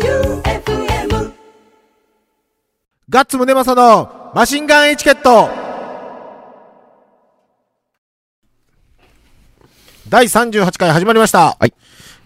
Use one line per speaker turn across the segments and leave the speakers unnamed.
J-O-E-U-F-M
ガッツムネマソのマシンガンエチケット第38回始まりました。
はい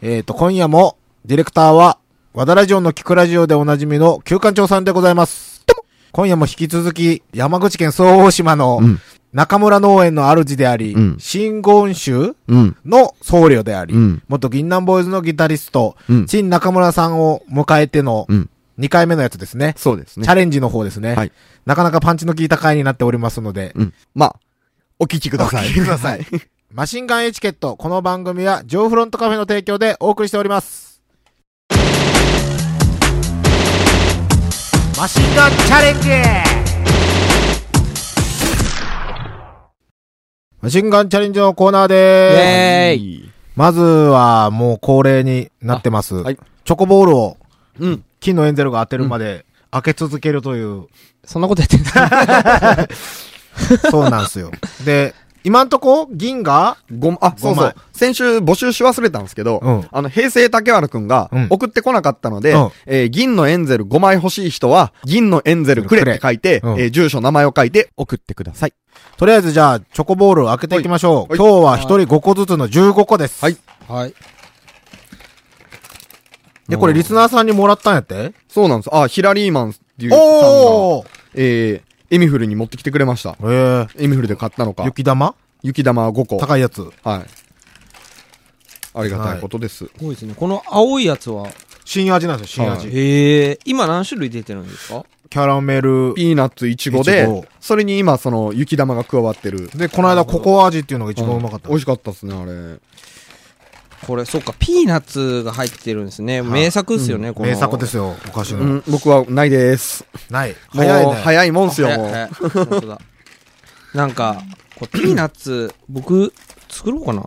えっ、と、今夜も、ディレクターは、和田ラジオのキクラジオでおなじみの旧館長さんでございます。今夜も引き続き、山口県総大島の
うん
中村農園の主であり、
うん
新言宗
うん。
の僧侶であり、
うん
元銀杏ボーイズのギタリスト、
うん
陳中村さんを迎えての
うん。
2回目のやつですね。
そうで
チ
す
ャレンジの方ですね。
はい
なかなかパンチの効いた回になっておりますので、
うん。まあ、お聞きください。
お聞きください
はい。
マシンガンエチケット、この番組は、ジョーフロントカフェの提供でお送りしております。マシンガンチャレンジマシンガンチャレンジのコーナーでーす。
イェーイ
まずは、もう恒例になってます。
あはい
チョコボールを、
うん。
金のエンゼルが当てるまで、開け続けるという、
そんなことやってんだ。
そうなんですよ。で、今んとこ、銀が、
ごま、あ、そう
ご
そ
ま
う。先週募集し忘れたんですけど、
うん
あの、平成竹原くんが
うん
送ってこなかったので、
うん
えー銀のエンゼル5枚欲しい人は、銀のエンゼルくれって書いて、
うん
えー住所、名前を書いて送ってください。
とりあえずじゃあ、チョコボールを開けていきましょう。
はい
今日は一人5個ずつの15個です。
はい。
はい。
で、これリスナーさんにもらったんやって
そうなんです。あ、ヒラリーマンっていうさんが、
お
えー、エミフルに持ってきてくれました。
え
エミフルで買ったの
え。
か。
雪玉
雪玉5個。
高いやつ。
はい。ありがたいことです。
すごいですね。この青いやつは。
新味なんですよ、新
は
味。
へえ。今何種類出てるんですか
キャラメル。
ピーナッツ、イチゴ
イチゴ
で、それに今、その、雪玉が加わってる。
で、この間ココア味っていうのが一番うまかった。
美味しかったですね、あれ。
これ、そっか、ピーナッツが入ってるんですね。
い
名作ですよね、この。。
名作ですすよ、お菓子
う
の。
ん、僕はないです。
ない。
もう
早いね。い。
早いもんっすよ、
早い
も
早
う。
い本当 だ。なんか、これピーナッツ、僕、作ろうかな。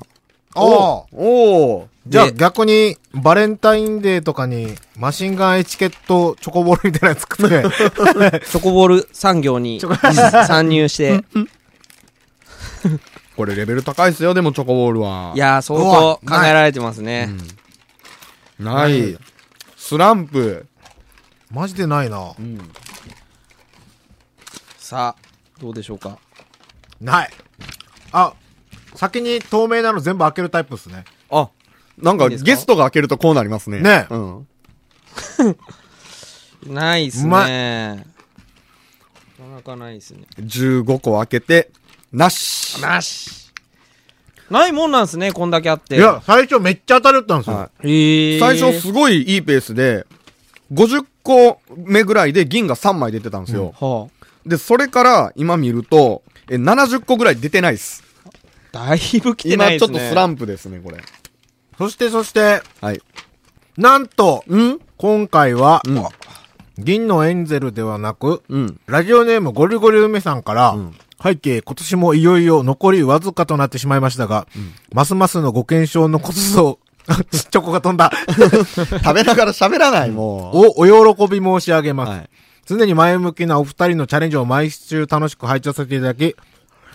おー
おー
じゃあ
で
逆に、バレンタインデーとかに、マシンガンエチケットチョコボールみたいなの作って、
チョコボール産業 に参入して。
これレベル高いっすよ、でもチョコボールは。
い。やー、相当考えられてますね。
ない。スランプ。
マジでないな。
さあ、どうでしょうか。
ない。あ、先に透明なの全部開けるタイプですね。
あ、なん
い
か
いですか
ゲストが開けるとこうなりますね。
ね
うん。
ないっす
う
ね。
ま
なかなかないっすね。
15個開けて、なし。
なし。ないもんなんすね、こんだけあって。
いや、最初めっちゃ当たるったんですよ。
は
えー、
い。最初すごいいいペースで、50個目ぐらいで銀が3枚出てたんですよ。
はあ、
で、それから今見ると、え、70個ぐらい出てないっす。
だいぶ来てな
今
いで
ちょ
す
っ
ね。
とスランプですね、これ。
そして、そして、
はい。
なんと、
うん
今回は、
うん
銀のエンゼルではなく、
うん。
ラジオネームゴリゴリ梅さんから、
ん
背景、今年もいよいよ残りわずかとなってしまいましたが、ますますのご検証のこと ぞ、チョコが飛んだ。
食べながら喋らない、も
をお喜び申し上げ
う。
ます。
はい。
常に前向きなお二人のチャレンジを毎週楽しく拝聴させていただき、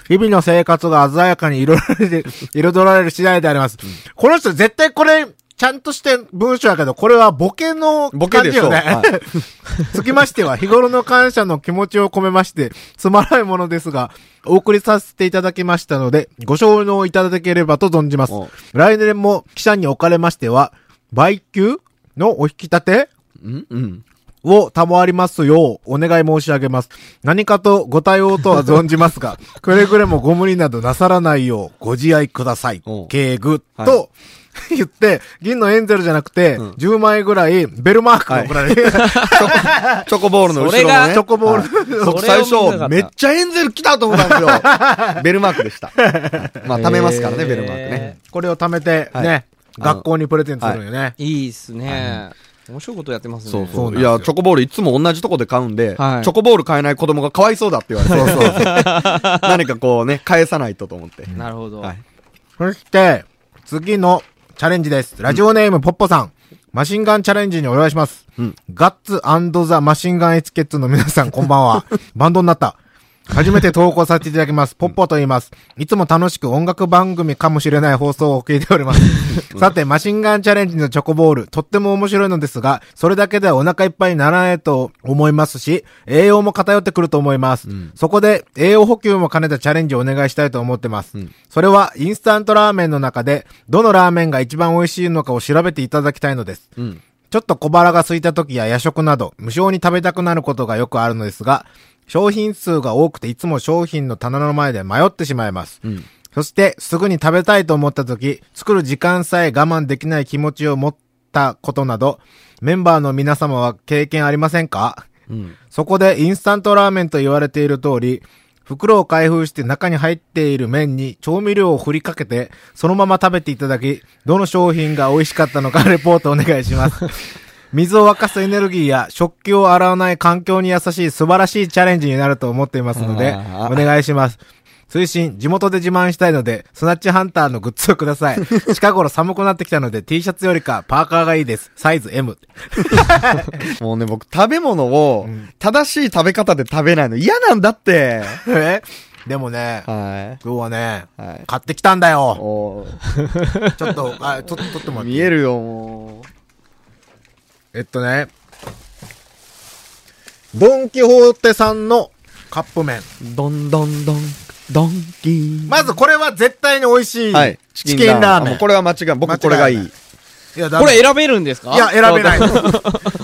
日々の生活が鮮やかに彩られて、 彩られる次第であります。この人絶対これ、ちゃんとして文章やけど、これはボケの
ボケ
感
で
じ
しょ
よね。 つきましては、日頃の感謝の気持ちを込めまして、つまらないものですが、お送りさせていただきましたので、ご承納いただければと存じます
お。
来年も記者におかれましては、売給のお引き立て
うんうん。
を賜りますようお願い申し上げます。何かとご対応とは存じます が、くれぐれもご無理などなさらないようご自愛ください
おう。
敬具
はい
と、 言って、銀のエンゼルじゃなくて、
ん
10枚ぐらいベルマークが送 られる。
チョコボールの後ろ
それ
の
が
ね。
チョコボール。
ル
それを
僕最
見なか
初、
った
めっちゃエンゼル来たと思ったん ですよ。ベルマークでした。まあ、貯めますからね、ベルマークね。
これを貯めて、
はい
ね、
あの
学校にプレゼントするんよね。
いいっすね、面白いことやってますね。
そう
そう
そ
なん
う。
ですよ
いや、チョコボールいつも同じとこで買うんで、チ
はい
ョコボール買えない子供がかわいそうだって言われて。 何かこうね、返さないとと思って。
なるほど。
はい
そして、次のチャレンジです。ラジオネームポッポさん。マシンガンチャレンジにお願いします。
うん
ガッツザ・マシンガンエチケットの皆さん、こんばんは。バンドになった。初めて投稿させていただきます。ポッポと言います。いつも楽しく音楽番組かもしれない放送を聞いております。さて、マシンガンチャレンジのチョコボール、とっても面白いのですが、それだけではお腹いっぱいにならないと思いますし、栄養も偏ってくると思います。そこで、栄養補給も兼ねたチャレンジをお願いしたいと思ってます。それは、インスタントラーメンの中で、どのラーメンが一番美味しいのかを調べていただきたいのです。ちょっと小腹が空いた時や夜食など、無償に食べたくなることがよくあるのですが、商品数が多くていつも商品の棚の前で迷ってしまいます。そして、すぐに食べたいと思った時、作る時間さえ我慢できない気持ちを持ったことなど、メンバーの皆様は経験ありませんかそこでインスタントラーメンと言われている通り、袋を開封して中に入っている麺に調味料を振りかけて、そのまま食べていただき、どの商品が美味しかったのかレポートお願いします。水を沸かすエネルギーや食器を洗わない環境に優しい素晴らしいチャレンジになると思っていますので、
あ
お願いします。推進、地元で自慢したいので、スナッチハンターのグッズをください。 近頃寒くなってきたので T シャツよりかパーカーがいいです。サイズ M。
もうね、僕、食べ物を、正しい食べ方で食べないの嫌なんだ って。
えでもね、
は
今日はね、
い。はい。
買ってきたんだよ。
おー
ちょっと、あ、と、撮ってもらっていい
見えるよ、も
えっとね、ドンキホーテさんのカップ麺。
ん。どんどんどん、ドンキー。
まずこれは絶対に美味しい。
う。はい。
チキンラーメ
も
ン。
うこれは間違い。僕これがい
間違い
い。
いや、
こ
こ
れ選べるんですか
いや、選べない。
あ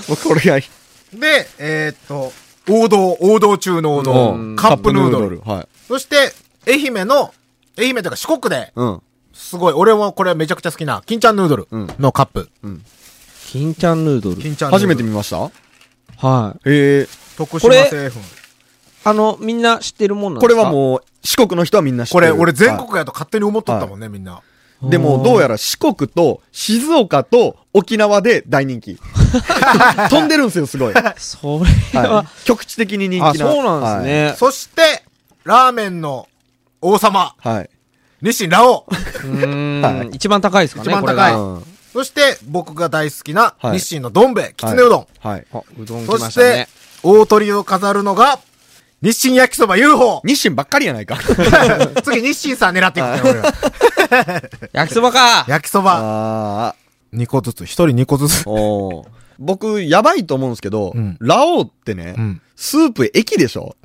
僕これがいい。
で、えーっと、王道、王道中の王道
う、ん
カップヌードル。。
はい。
そして、愛媛の、愛媛というか四国で、
うん。
すごい、俺もこれめちゃくちゃ好きな、金ちゃんヌードル
うん
のカップ。
金ちゃんヌードル。
金ちゃんヌード
初
ル。
めて見ました
はい。
へえ。
徳島製粉。
あの、みんな知ってるもんなん
こ
で
れ
すか
はもう、四国の人はみんな知って
これ、
る。
俺全国
は
やと勝手に思っとったもんね、みんな。
い。でも、どうやら四国と静岡と沖縄で大 人気。飛んでるんですよ、すごい。は
それは、
い。局地的に人
あ、
気な。
そうなんですね。
そして、ラーメンの王様、
はい。はい。
西ラオウ。
うー
は
ん。一番高いですかね、
一番高い
これが
うん
そして、僕が大好きな、
はい
日清のどん兵衛、きつねうどん。
はい。
あ、うどん
そ
来ま
し
したね
て。、大鳥を飾るのが、日清焼きそば UFO
日清ばっかりやな いか。
次、日清さん狙っていくね、俺ら。
焼きそばか
焼きそば、
ああ。
2個ずつ、1人2個ずつ。
おー僕、やばいと思うんですけど
うん、
ラオウってね
うん、
スープ液でしょ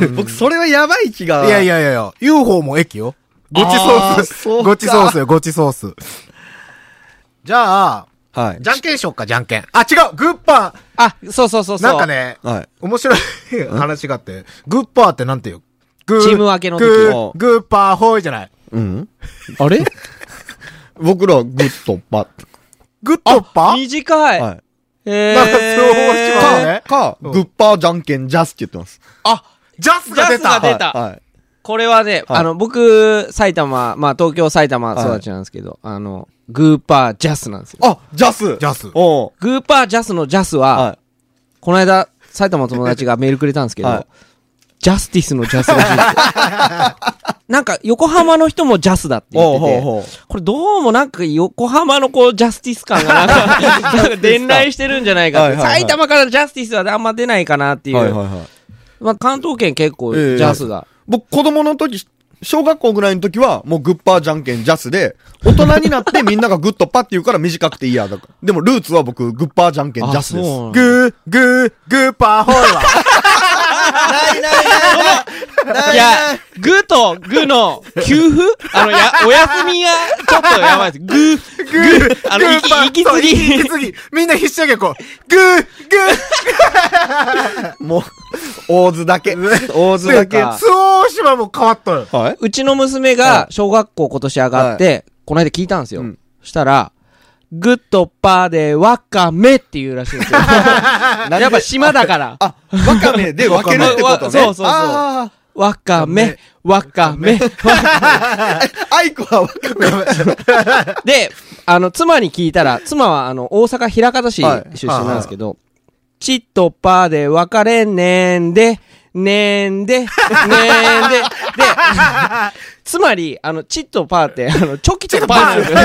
うん僕、それはやばい気が。
いやいやいやいや、UFO も駅よ。ごち
あ
ソー
ー
ス。
そうか
ごちソースよ、ごちソース。じゃあ、
はい。
じゃんけんしよっか、じゃんけん。あ、違うグッパ
あ、そうそうそう
ー
そう。
なんか。ね、
はい。
面白い 話があって、グッパーってなんていうグ
チーム分けの時
グ
の
ー、グッパーホーイじゃない。
うん
あれ
僕ら、グッドパッ。
グッドッパー
短い。
はい。
え
なんかそう面白い
ー。
ね
か、グッパージャンケンジャスって言ってます。
あ、
ジャスが出
ジャス
た
が出た
はいはい。
これはね、
はい
あの、僕、埼玉、まあ、東京、埼玉育ちなんですけど、あの、グーパージャスなんですよ。
あ、ジャス
ジャス
おう
グーパージャスのジャスは、
は
この間、埼玉の友達がメールくれたんですけど、
はい
ジャスティスのジャスらしいん ですよなんか、横浜の人もジャスだって
い。
言ってて、
うほう
これどうもなんか横浜のこうジャスティス感がなんかなんか伝来してるんじゃないかって、
はいはいはい
埼玉からジャスティスはあんま出ないかなっていう。
はいはいはい。
まあ関東圏結構ジ
ええ
ャスが。
僕、子供の時、小学校ぐらいの時は、もうグッパージャンケンジャスで、大人になってみんながグッドパって言うから短くていいや。だからでも、ルーツは僕、グッパージャンケンジャスです。
そうなん
グ
だ
ー、グー、グーパーホーイは。
ないないないない
や、グとグの給付あの、や、お休みがちょっとやばいです。グー、グー、 あの、
グ
い
ーパー
き息
そう
継ぎ。
息継ぎ。みんな必死やけん、こう。グー、グ
もう、大津だけ。 大津
ー
だ
って
け。、
周防大島も変わったよ。
はいう
ちの娘が小学校今年上がって、この間聞いたんですよ。
うん
したら、グッドパーでワカメっていうらしいんですよ。やっぱ島だから。
あ、 わかめで分けるってことね。
わそうそうそう
あ
わかめ、わかめ。
ーあいこはわか
で、あの、妻に聞いたら、妻はあの、大阪平方市
はい
出身なんですけど、ちっとぱーでわかれんねんで、ねんで、ねんで、で、つまり、あの、チッとパーって、あの、チョキとパーなんですよ。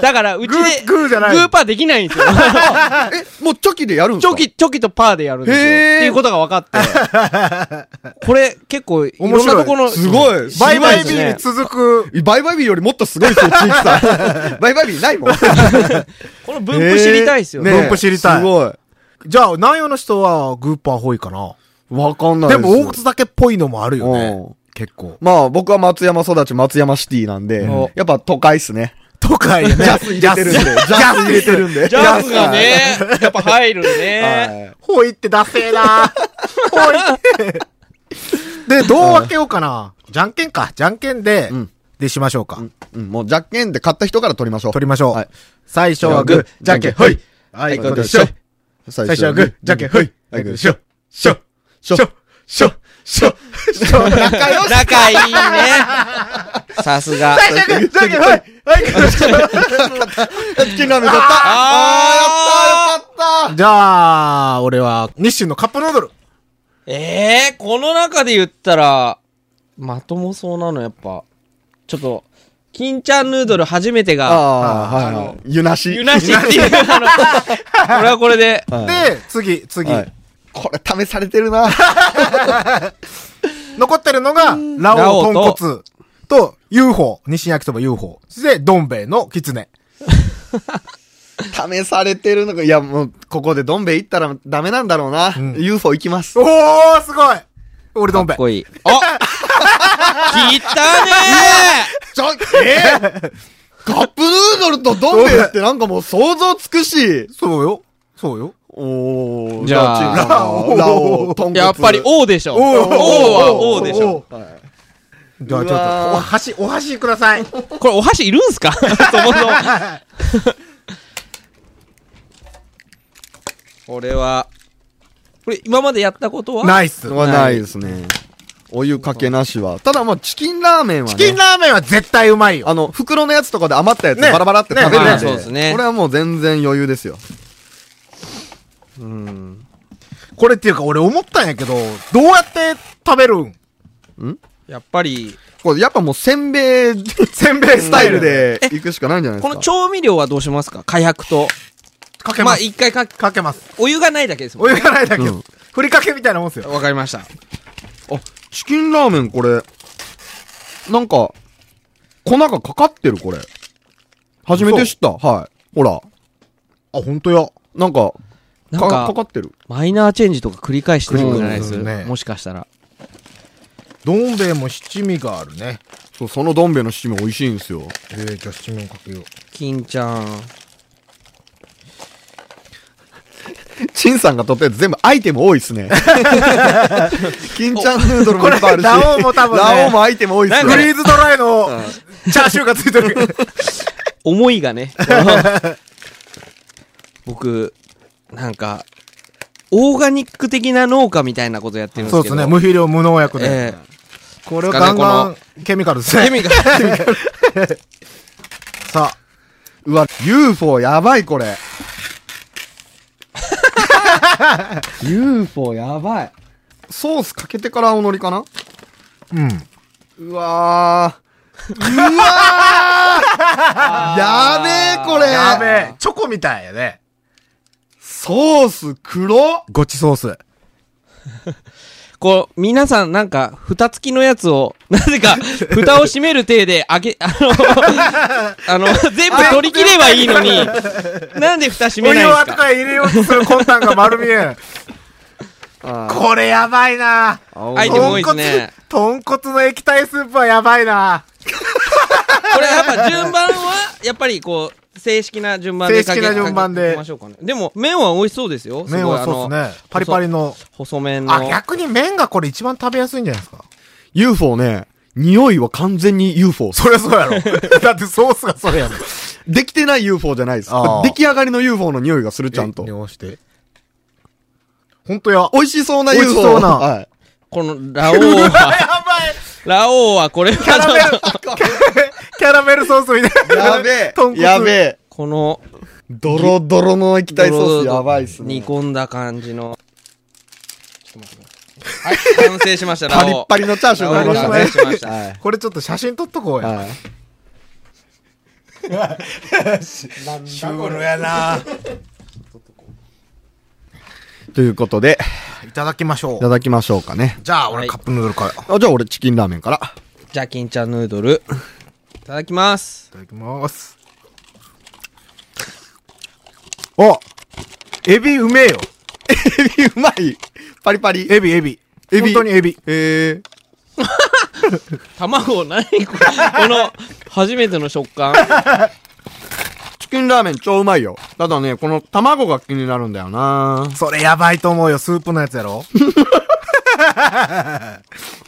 だから、うちで、
グーグーじゃない
グーパーできない んですよ。
え、もうチョキでやるんす
チ
か
ョキ、チョキとパーでやるんですよ。っ
へー
ていうことが分かって。これ、結構、いろんなところ、
すごい。
バイバイ
す
ビ
ごいです
ーに
ね
続く、
バイバイビーよりもっとすごいですよ、チーキ さん。バイバイビーないもん。
この分布知りたいですよね。
ね分布知りたい
すごい。
じゃあ、南洋の人はグーパーホイかな。
わかんない
で
です。
も、大津だけっぽいのもあるよ
う
ね
ん。
結構。
まあ、僕は松山育ち、松山シティなんで
お、
やっぱ都会っすね。
都会ね。
ジャス入れてるんで。ジャス入れてるんで。
ジャズがね、やっぱ入るね。
はい。
ホイってダセーなーホイで、どう分けようかな。じゃんけんか。じゃんけんで、
ん
でしましょうか。
うん、もう、ジャッケンで買った人から取りましょう。
取りましょう。
はい
最初はグー、じゃんけん、ほい。
は、
はいい、
グ
グ
ー
ー
で
で
し
し
ょ
ょ。。
最
最初はグー、じゃんけん、ほい。は
は、
いい、グ
グ
ー
ーで
で
し
し
ょ
ょ。。
しょ。しょ。
しょ。しょ。しょ。
仲良し
仲 いいね。さすが。
最初はグー、じゃんけん、ほい。はい、グーでし
キンラーメン買ったあー、や
あ
ったーよかっ
ょ。じゃあ、俺は、日清のカップヌードル。
ええー、この中で言ったら、まともそうなの、やっぱ。ちょっと、金ちゃんヌードル初めて
た
が、
あー、はいはい。ゆなし。
ゆなしっていう、あの、これはこれで、
はい。
で、次、次。
はいこれ試されてるな
残ってるのが、ラオウ豚骨と UFO、日清焼きそば UFO。で、どん兵衛のキツネ。
試されてるのが、いやもう、ここでどん兵衛行ったらダメなんだろうな。
うん
UFO 行きます
お。ー、すごい俺どん兵衛
かっ。こいい。 あ聞いたね
ちょ、えーカップヌードルとどん兵衛ってなんかもう想像つくし。
そうよ。そうよ。
おー、
じゃあ
チーズのラオウ、豚骨。
やっぱり、王でしょ。王は王でしょ。
ょ。じゃあちょっ
う
と、
わー
お箸、 お箸ください。
これお箸いるんすか そもそも。これは、これ今までやったことは
ナイス。
はないですね。お湯かけなしは。ただまあ、チキンラーメンはね。
チキンラーメンは絶対うまいよ。
あの、袋のやつとかで余ったやつ
ね
バラバラって食べるんで、
ね
そうですね
これはもう全然余裕ですよ。
これっていうか俺思ったんやけど、どうやって食べるん
やっぱり、
これやっぱもうせん べい
せんべいス
ス
タ
タ
イ
イ
ル
ル
で
で行くしかないんじゃないで
こ
す
の
か。
調味料はどうしますか火薬と。
かけ
ま
ま
あ
す。
一回か、
かけます。
お湯がないだけですも
お
ん
湯
ね。
がないだけ
うん
よ。ふりかけみたいなもんっすよ。
わかりました。
チキンラーメンこれ、なんか、粉がかかってるこれ。初めて知った。はい。ほら、
あ、ほんとや。
なんか、
なん
か
か
か、かってる。
マイナーチェンジとか繰り返してるんじゃないで
そうです
す
ね
もしかしたら。
どん兵衛も七味があるね。
そう、そのどん兵衛の七味美味しいんですよ。
えー、じゃあ七味をかけよう。
金ちゃん。
チンさんが取ったやつ全部アイテム多いっ すね。金ちゃんヌードルもいっぱいあるし。
これラオウも多分ね
ラオウもアイテム多いっす
なん
フ
か
ね
ね
リーズドライのチャーシューがついてる。
思いがね。 この僕、なんか、オーガニック的な農家みたいなことやってるんで
そうで
すけ
す
ど。
ね。無肥料無農薬
え
で。これを
ですか
ガ
ね
ンガン、ケミカルです
え
ね。
ケミが、
さあ、
うわ、UFO やばいこれ。
UFO やばい。
ソースかけてから青のりかな
うん。
うわー。うわーやべえこれ
やべえ。チョコみたいやね。
ソース黒
ごちソース。
こう、皆さんなんか、蓋付きのやつを、 なぜか、蓋を閉める体で開け、あ の、あの、全部取り切ればいいのに、なんで蓋閉
お
めな
湯
いん
を
です
後か
から
入れようとする魂胆が丸見 えん。
あ
これやばいな
ー
アイテム多いですね。
豚骨の液体スープはやばいな
これやっぱ順番は、やっぱりこう、正式な順番でかけ
正式な順番で
かけていきましょうかね。でも、麺は美味しそうですよ。すごい
麺はそう
あの
ですね。パリパリの。
細麺の。
あ、逆に麺がこれ一番食べやすいんじゃないですか。
UFO ね、匂いは完全に UFO。
そりゃそうやろ。だってソースがそれやろ。
できてない UFO じゃないです。
あー
これ出来上がりの UFO の匂いがするちゃんと
え。匂わして。ほんとや。
美味しそうな
美
UFO。
味しそうな
はい。
この、ラオウは、ラオウはこれ
キャラメ
は、
ル、キャラメルソースみたいな。
やべえ
豚。骨
やべえ。
この、
ドロドロの液体ソースやばいっすね。
煮込んだ感じの。はい、完成しました。
パリッパリのチャーシューになりました
パリ
ね
ッ。
完成しました。
はい
これちょっと写真撮っとこうや。
はい
シュールやな
ということで、
いただきましょ
いた
う。
だきましょうかね。
じゃあ、俺
はい
カップヌードルから。い
あじゃあ俺チキンラーメンから。
じゃあ、金ちゃんヌードル。いただきます。
ただきます。おエビうめえよ。
エビうまい。パリパリ。
エビ、エビ。
エビ
本当にエビ。
えー、
卵、何これこの、初めての食感。
チキンラーメン超うまいよ。ただね、この卵が気になるんだよな
それやばいと思うよ。スープのやつや ろ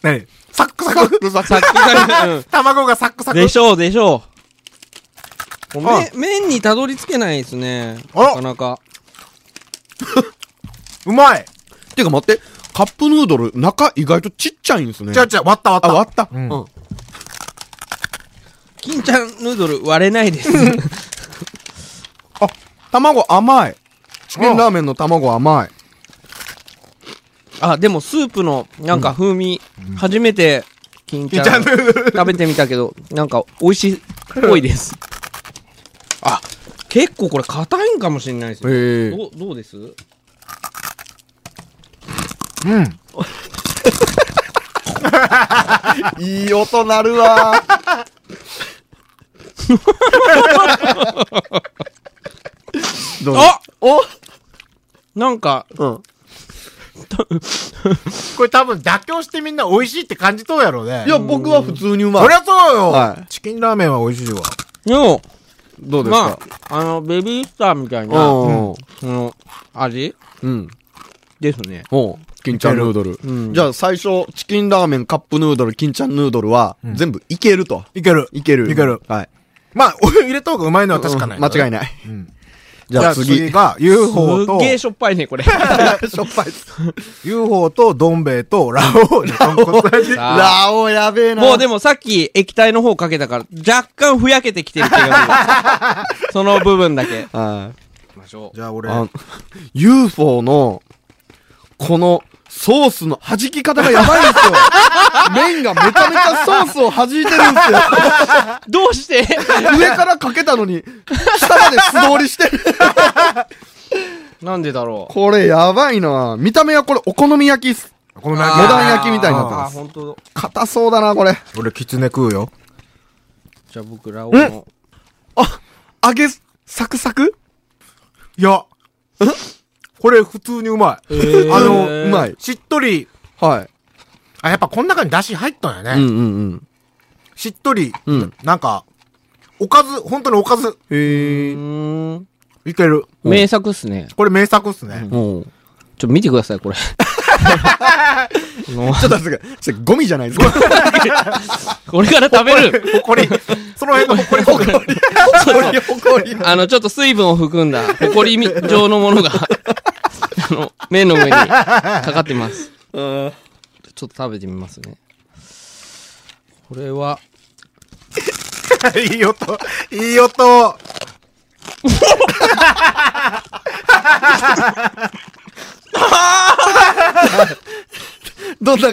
何サックサク
さ
さっきから、うん
卵がサックサク
でしょう、でしょう。
あ
め麺にたどり着けないですね。
あ
なかなか。
うまい
てか待って、カップヌードル、中意外とちっちゃいんですね。
違う違う、割った割った。
あ、割った。
うん
うん
金ちゃんヌードル割れないです。
あ、卵甘い。チキンラーメンの卵甘い。
あ、でもスープのなんか風味、初めて金ちゃ
金
ん
ちゃんヌード
食べてみたけど、なんか美味しいっぽ いです。あ、結構これ硬いんかもしれないですね。
へえ。
どうどうです
うん。
いい音鳴るわ。どうぞ
あおなんか、
うん。
これ多分妥協してみんな美味しいって感じとうやろうね。
いや、僕は普通にうまい。
そりゃそうよ、
はい
チキンラーメンは美味しいわ。
でも、
どうです
ま
か
あ、あの、ベビースターみたいな、
おー
その、味
うん。
ですね。
おう金ちゃんヌードル。
うん
じゃあ最初、チキンラーメン、カップヌードル、金ちゃんヌードルは、全部いけると。
いける。
いける。
いける。
はい。
まあ、お 湯入れた方がうまいのは確かない、
うん間違い
い。
ない。
ん
じゃあ次。
が、UFO
すっ
と、
げえしょっぱいね、 これ。
しょっぱいっす。
UFO と、どん兵衛と、ラオウの豚骨味。
あー
ラオやべえな。
もうでもさっき液体の方かけたから、若干ふやけてきてる気がす る。その部分だけ。
はい。
じゃあ俺、
あ UFO の、この、ソースの弾き方がやばいんですよ。麺がめちゃめちゃソースを弾いてるんですよ。
どうして
上からかけたのに、下まで素通りしてる。
なんでだろう。
これやばいな見た目はこれお好み焼きっす。
この
あー
モダン焼きみたいになってま
あ
す
ー、。ほんとだ
硬そうだな、これ。
俺、キツネ食うよ。
じゃあ僕、ラオウの。
あ、揚げ、サクサク
いや、これ普通にうまい。
ー
あ
うま
の、
い
しっとり、
は
あ、やっぱこの中に出汁入ったんや
い。う
ね。
んうんうん。
しっとり、
うん
なんか、おかず、本当におかず、
へえ
う。ーん。
いける。
名作っすね。
これ名作っすね。
もう。
ちょ、見てください、これ。 の
ちょっと待ってくださいそれゴミじゃないですか。
これから食べる。
ほこり、その辺のほこり、ほこり。
これほこり
あの、ちょっと水分を含んだ、ほこり み状のものが、あの、麺の上に かかってます。ちょっと食べてみますね。これは、
いい音、いい音。
どんな、ど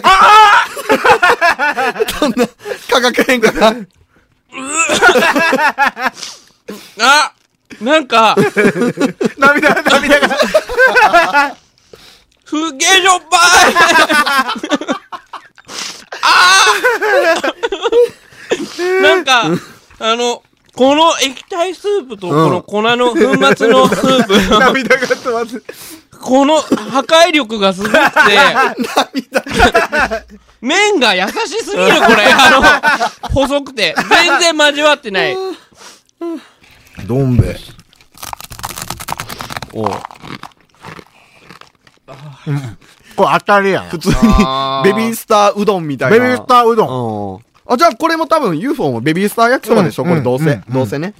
んな化学変化が。
あなんか、す
涙が、涙が。
っげえしょっぱいああなんか、あの、この液体スープとこの粉の粉末のスープの、
涙が止まず。
この破壊力がすごくて、麺が優しすぎる、これ。あの、細くて。全然交わってない。
どんべ。
おう
これ当たりやん。
普通に
あ、ー
ベビースターうどんみたい
ベ
な。
ビースターうどん。
ー。うん。あ、じゃあこれも多分 UFO もベビースター焼きそばでしょ、
うん
これどうせ、
うん
どうせね。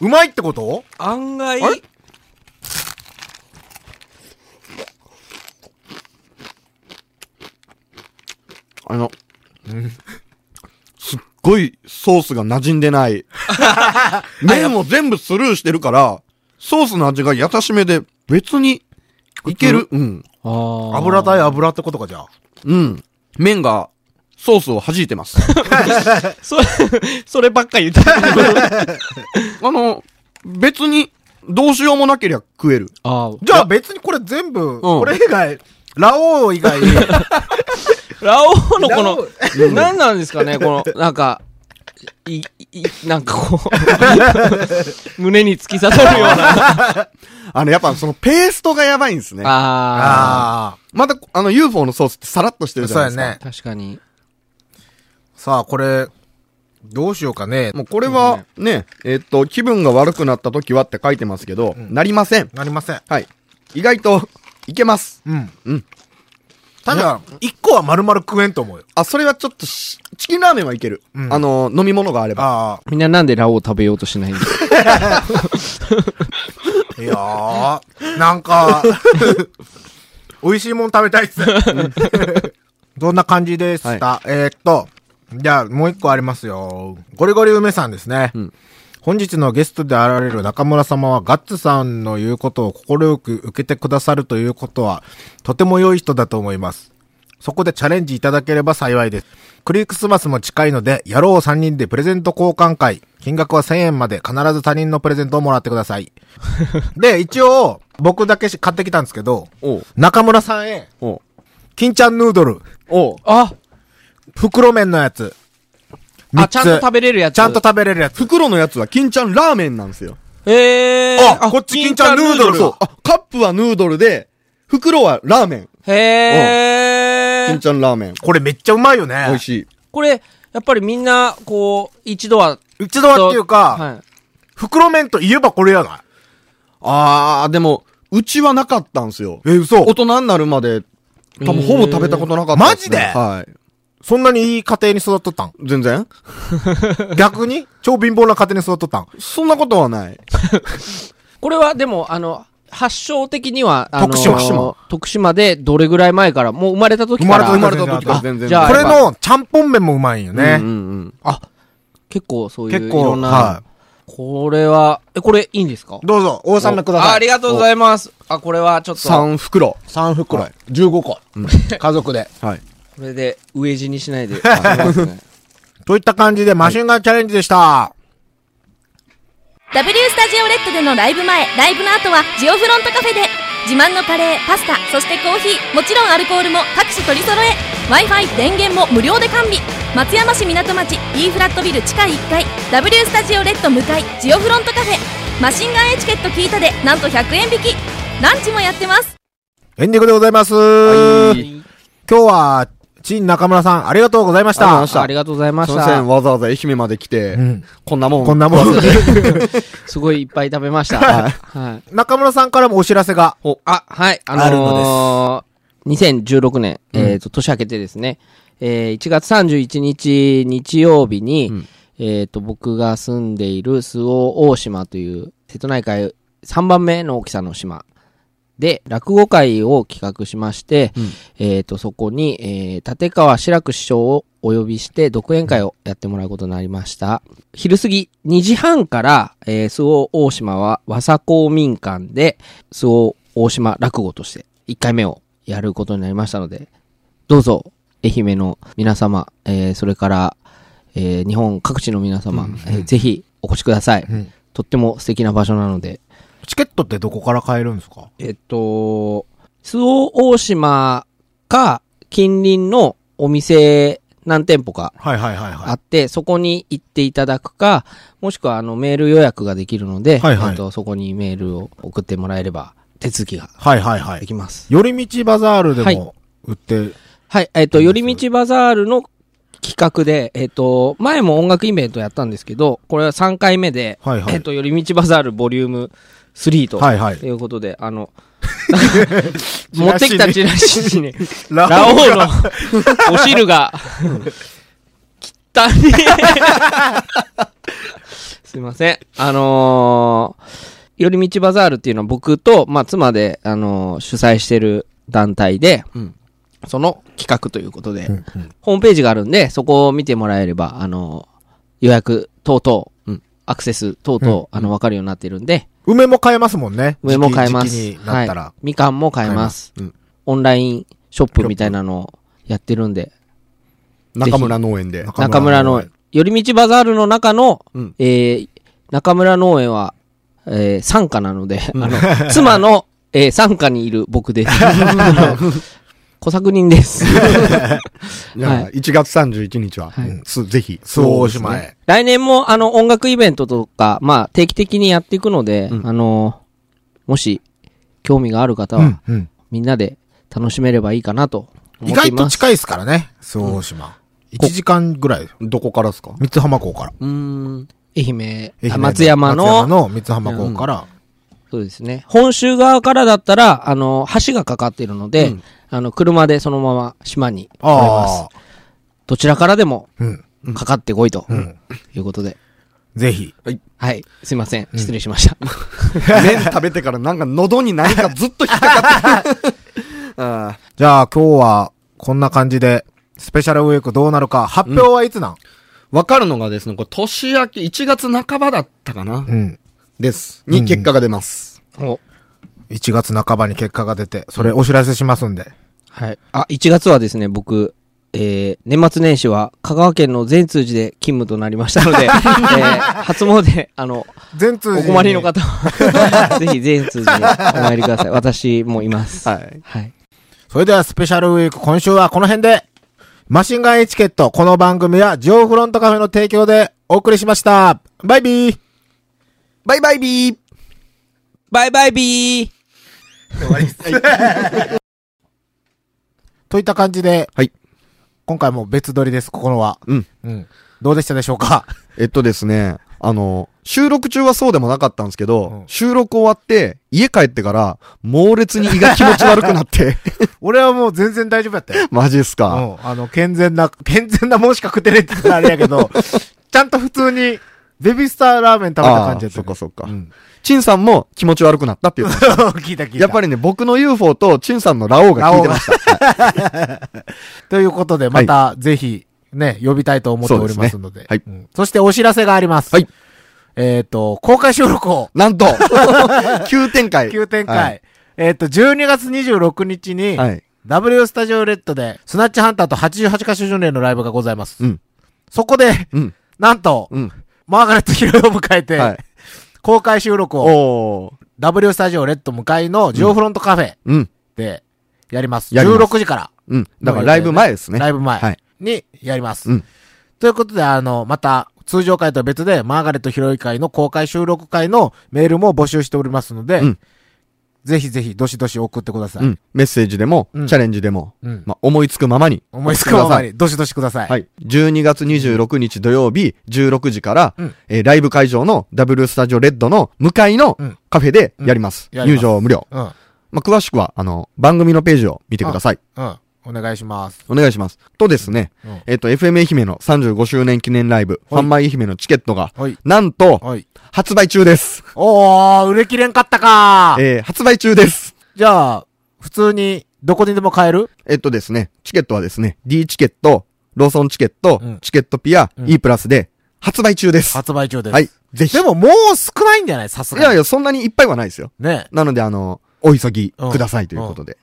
うまいってこと
案外
あれ、
あの、
すっごいソースが馴染ん でない。麺を全部スルーしてるから、ソースの味がやたしめで別にいける。うん。
あー
油対油ってことかじゃあ。
うん。麺がソースを弾いてます。
それ、そればっかり言ってる。
あの、別にどうしようもなけりゃ食え る。
ああ。
じゃあ別にこれ全部、これ以外、ラオウ以外、
ラオウのこ
ラオ
の
ウ、
何なんですかね、この、なんか、い、い、なんかこう、 胸に突き刺さるよう な。
あの、やっぱそのペーストがやばいんですね。
ああ。
あ
また、あの UFO のソースってさらっとして
あ、
るじゃ
そう
ない
や
です
ね。
か。
確かに。
さあ、これ、どうしようかね。
もうこれはね、えっと、気分が悪くなった時はって書いてますけど、なりません。
なりません。
はい。意外と、いけます。
うん。
うん。
ただ、一個は丸々食えんと思うよ。
あ、それはちょっとし、チキンラーメンはいける。
うん
あの、飲み物があれば。
あ
みんななんでラオウ食べようとしないんですか
あ、いやー、なん か、美味しいもん食べたいっす。どんな感じでした、えー、っと、じゃあもう一個ありますよ。ゴリゴリ梅さんですね。
ん
本日のゲストであられる中村様はガッツさんの言うことを快く受けてくださるということは、とても良い人だと思います。そこでチャレンジいただければ幸いです。クリスマスも近いので、野郎3人でプレゼント交換会。金額は1000円まで必ず他人のプレゼントをもらってくださ い。で、一応、僕だけし買ってきたんですけど、
おう
中村さんへ、
おう
金ちゃんヌードル。
おう
あ、
袋麺のやつ。
あ、ちゃんと食
べ、
べれるやつ。
ちゃんと食べれるやつ。
袋のやつは、金ちゃんラーメンなんですよ。
えー。
あこっち金ちゃんヌードル
そう。あ、カップはヌードルで、袋はラーメン。
へ
金
ー。
ちゃんラーメン。
これめっちゃうまいよね。
美味しい。
これ、やっぱりみんな、こう、一度は、
一度はっていうか、
はい。
袋麺といえばこれやない
あー、でも、うちはなかったんですよ。
え、嘘
大人になるまで、多分ほぼ食べたことなかったっすね、
えー
は
そんなにいい家庭に育っとったん
い。全然
逆に超貧乏な家庭に育っとったん
そんなことはない。
これはでも、あの、発祥的には、あの
徳島
徳島。でどれぐらい前から、もう生まれた時から。
生ま
生ま
れ
れ
た
た
時
時
か
からら
全
全然。
じゃあ
これのちゃんぽん麺もうまいんよね。
うんうんうん。
あ、結構そういう。
結構
いろんな、
は
これは、え、これいいんですか
どうぞ、王さんのください。
あありがとうございます。あ、これはちょっと、こ
3袋。
3袋、15個、家族で。
はい。
れで、飢え死にしないで。ありますね
といった感じでマシンガンチャレンジでした。
W スタジオレッドでのライブ前、ライブの後はジオフロントカフェで自慢のカレー、パスタ、そしてコーヒー、もちろんアルコールも各種取り揃え Wi-Fi、電源も無料で完備松山市港町 E フラットビル地下1階 W スタジオレッド向かいジオフロントカフェマシンガンエチケット聞いたでなんと100円引きランチもやってます
エンディングでございます。
はい
今日は、チン中村さん、ありがとうございまし
ありがとう
た
ございま。した
ありがとうございます
い
し
ませ
た
ん、。わざわざ愛媛まで来て、
うん
こんなもん。
こんなもん。
すごいいっぱい食べました。
はい
はい。
中村さんからもお知らせが。
お、あ、はい、あのー、
あるのです
2016年、えっ、と、年明けてですね、えー1月31日日曜日に、
ん
えっ、と、僕が住んでいる周防大島という、瀬戸内海3番目の大きさの島で、落語会を企画しまして、えっ、と、そこに、えー立川志らく師匠をお呼びして、独演会をやってもらうことになりました。昼過ぎ2時半から、えー、周防大島は和佐公民館で、周防大島落語として1回目をやることになりましたので、どうぞ、愛媛の皆様、えーそれから、えー日本各地の皆様、えーぜひお越しください。
ん
とっても素敵な場所なので、
チケットってどこから買えるんですか
えっと、周防大島か近隣のお店何店舗か
はいはいはい
あって、そこに行っていただくか、もしくはあのメール予約ができるので、
はいはい
えっとそこにメールを送ってもらえれば手続きが
はいはいは
で
い。
きます。
寄り道バザールで
はい
も売って、
はい、えっ、と、寄り道バザールの企画で、えっ、と、前も音楽イベントやったんですけど、これは3回目で、
はいはい
えっ、と、寄り道バザールボリューム3と、
はいはい
いうことで、あの、 持ってきたチラシにね、
ラ
ラオウ
オウ
の お汁が、汚 ねえすいません。あのー、寄り道バザールっていうのは僕と、まあ、妻で、あのー主催してる団体で、
ん
その企画ということで、ホームページがあるんで、そこを見てもらえれば、あのー予約等々、うん、アクセス等々、あの、わかるようになってるんで、
梅も買えますもんね。
上も買えます。
時期になったら
は。い。みかんも買えます。
買えます
オンラインショップみたいなのをやってるんで、
中村農園で。
中村の、寄り道バザールの中の、
うん
えー中村農園は、えー、参加なので、あの、妻の、えー、参加にいる僕 です。あの小作人です。
じゃあ、1月31日は、
はい
うんすぜひ。
そう大島へ。
来年も、あの、音楽イベントとか、まあ、定期的にやっていくので、
うん
あの、もし、興味がある方
うん
は、、
うん。
みんなで楽しめればいいかなと
意
思って
外
い
と
ます。
近いですからね。そう大島。1時間ぐらい。
どこか らですか
三津浜港から。
うーん。愛媛、
愛媛
あ松山
松
の
山の三津浜港から。
そうですね。本州側からだったら、あの、橋がかかっているので、あの、車でそのまま島に来れます
ああ。。
どちらからでも
うん。
かかってこいと、いうことで。
ぜひ。
はい。すいません。失礼しました。
麺食べてからなんか喉に何かずっと引っかかってる。 あー
じゃあ今日はこんな感じで、スペシャルウィークどうなるか、発表はいつなん
わかるのがですね、これ年明け1月半ばだったかな
うん。
です。に結果が出ます。
お
1月半ばに結果が出て、それお知らせしますんで。
はい。あ、1月はですね、僕、えー、年末年始は香川県の善通寺で勤務となりましたので、えー、初詣、あの、
全通
お困りの方は、ぜひ善通寺にお参りください。私もいます。
はい。
はい。
それではスペシャルウィーク今週はこの辺で、マシンガンエチケット、この番組はジオフロントカフェの提供でお送りしました。バイビー
バイバイビー
バイバイビー
といった感じで、
はい
今回も別撮りです、ここのは。
うん。
うん。どうでしたでしょうか
えっとですね、あの、収録中はそうでもなかったんですけど、
うん
収録終わって、家帰ってから、猛烈に胃が気持ち悪く なって、
俺はもう全然大丈夫やったよ。
マジっす
う
か、
ん。あの、健全な、 健全なもんしか食ってねえって言ったらあれやけ ど、ちゃんと普通に、ベビースターラーメン食べた感じやった
あーそっかそっか
うん。
チンさんも気持ち悪くなったって言ってました。
聞いた聞いた。
やっぱりね、僕の UFO とチンさんのラオウが聞いてました。
ということで、また、ぜひ、ね、呼びたいと思っておりますので。
そうです
う
ね
んそしてお知らせがあります。
はい
えっ、と、公開収録を、
なん と急展開
急展開。
はい
えっ、と、12月26日に、
はい。
W スタジオレッドで、スナッチハンターと88カ所周年のライブがございます。
うん
そこで、
うん。
なんと、
うん。
マーガレット・ヒロイを迎えて、
はい。
公開収録を、
おー。
W スタジオレッド向かいのジオフロントカフェ
うん。
でやります。
やります
16時から。
うん。だからライブ前ですね。
ライブ前
はい
にやります。
うん
ということで、あの、また、通常会とは別で、マーガレットひろい会の公開収録会のメールも募集しておりますので、
うん
ぜひぜひ、どしどし送ってください。
うん。メッセージでも、
うん
チャレンジでも、
うん
まあ、思いつくままに。
思いつくまま
送ってください
に、どしどしください。
はい。12月26日土曜日16時から、
うん
えーライブ会場の W スタジオレッドの向かいの
うん
カフェでやります。
うんやります
入場無料。
うん。
まあ、詳しくは、あの、番組のページを見てください。
うん。お願いします。
お願いします。とですね、
うん
えっ、と、FM 愛媛の35周年記念ライブ、
はい
販売愛媛のチケットが、
はい。
なんと、
はい。
発売中です。
おー、売れきれんかったか
えー発売中です。
じゃあ、普通に、どこにでも買える
えっとですね、チケットはですね、D チケット、ローソンチケット、
うん
チケットピア、
ん
E プラスで、発売中です。
発売中です。
はい。ぜひ。
でも、もう少ないんじゃないさす
いや
が
い
に。
や、そんなにいっぱいはないですよ。
ね。
なので、あの、お急ぎくださいということで。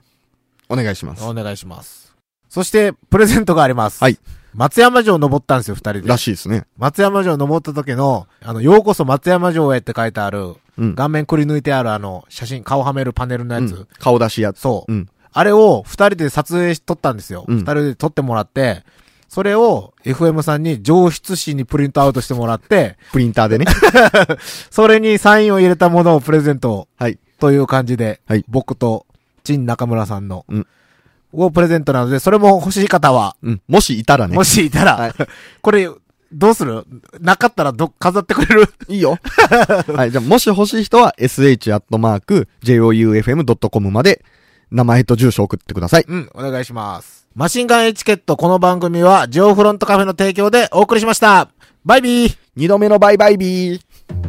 お願いします。
お願いします。そして、プレゼントがあります。
はい。
松山城登ったんですよ、二人で。
らしいですね。
松山城登った時の、あの、ようこそ松山城へって書いてある、
うん。
顔面くり抜いてあるあの、写真、顔はめるパネルのやつ。
うん顔出しやつ。
そう。
うん。
あれを二人で撮影し撮ったんですよ。
う
二、
ん
人で撮ってもらって、それを FM さんに上質紙にプリントアウトしてもらって、
プリンター でね。
それにサインを入れたものをプレゼント
はい。
という感じで、
はい
僕と、陳中村さんの、
うん
をプレゼントなので、それも欲しい方は、
うん。もしいたらね
も。しいたら、
はい
これ、どうするなかったらど、飾ってくれる
いいよ。はい。じゃあ、もし欲しい人は、sh.joufm.com まで、名前と住所送ってください。
うん、お願いします。マシンガンエチケット、この番組は、ジオフロントカフェの提供でお送りしました。バイビー
二度目のバイバイビー。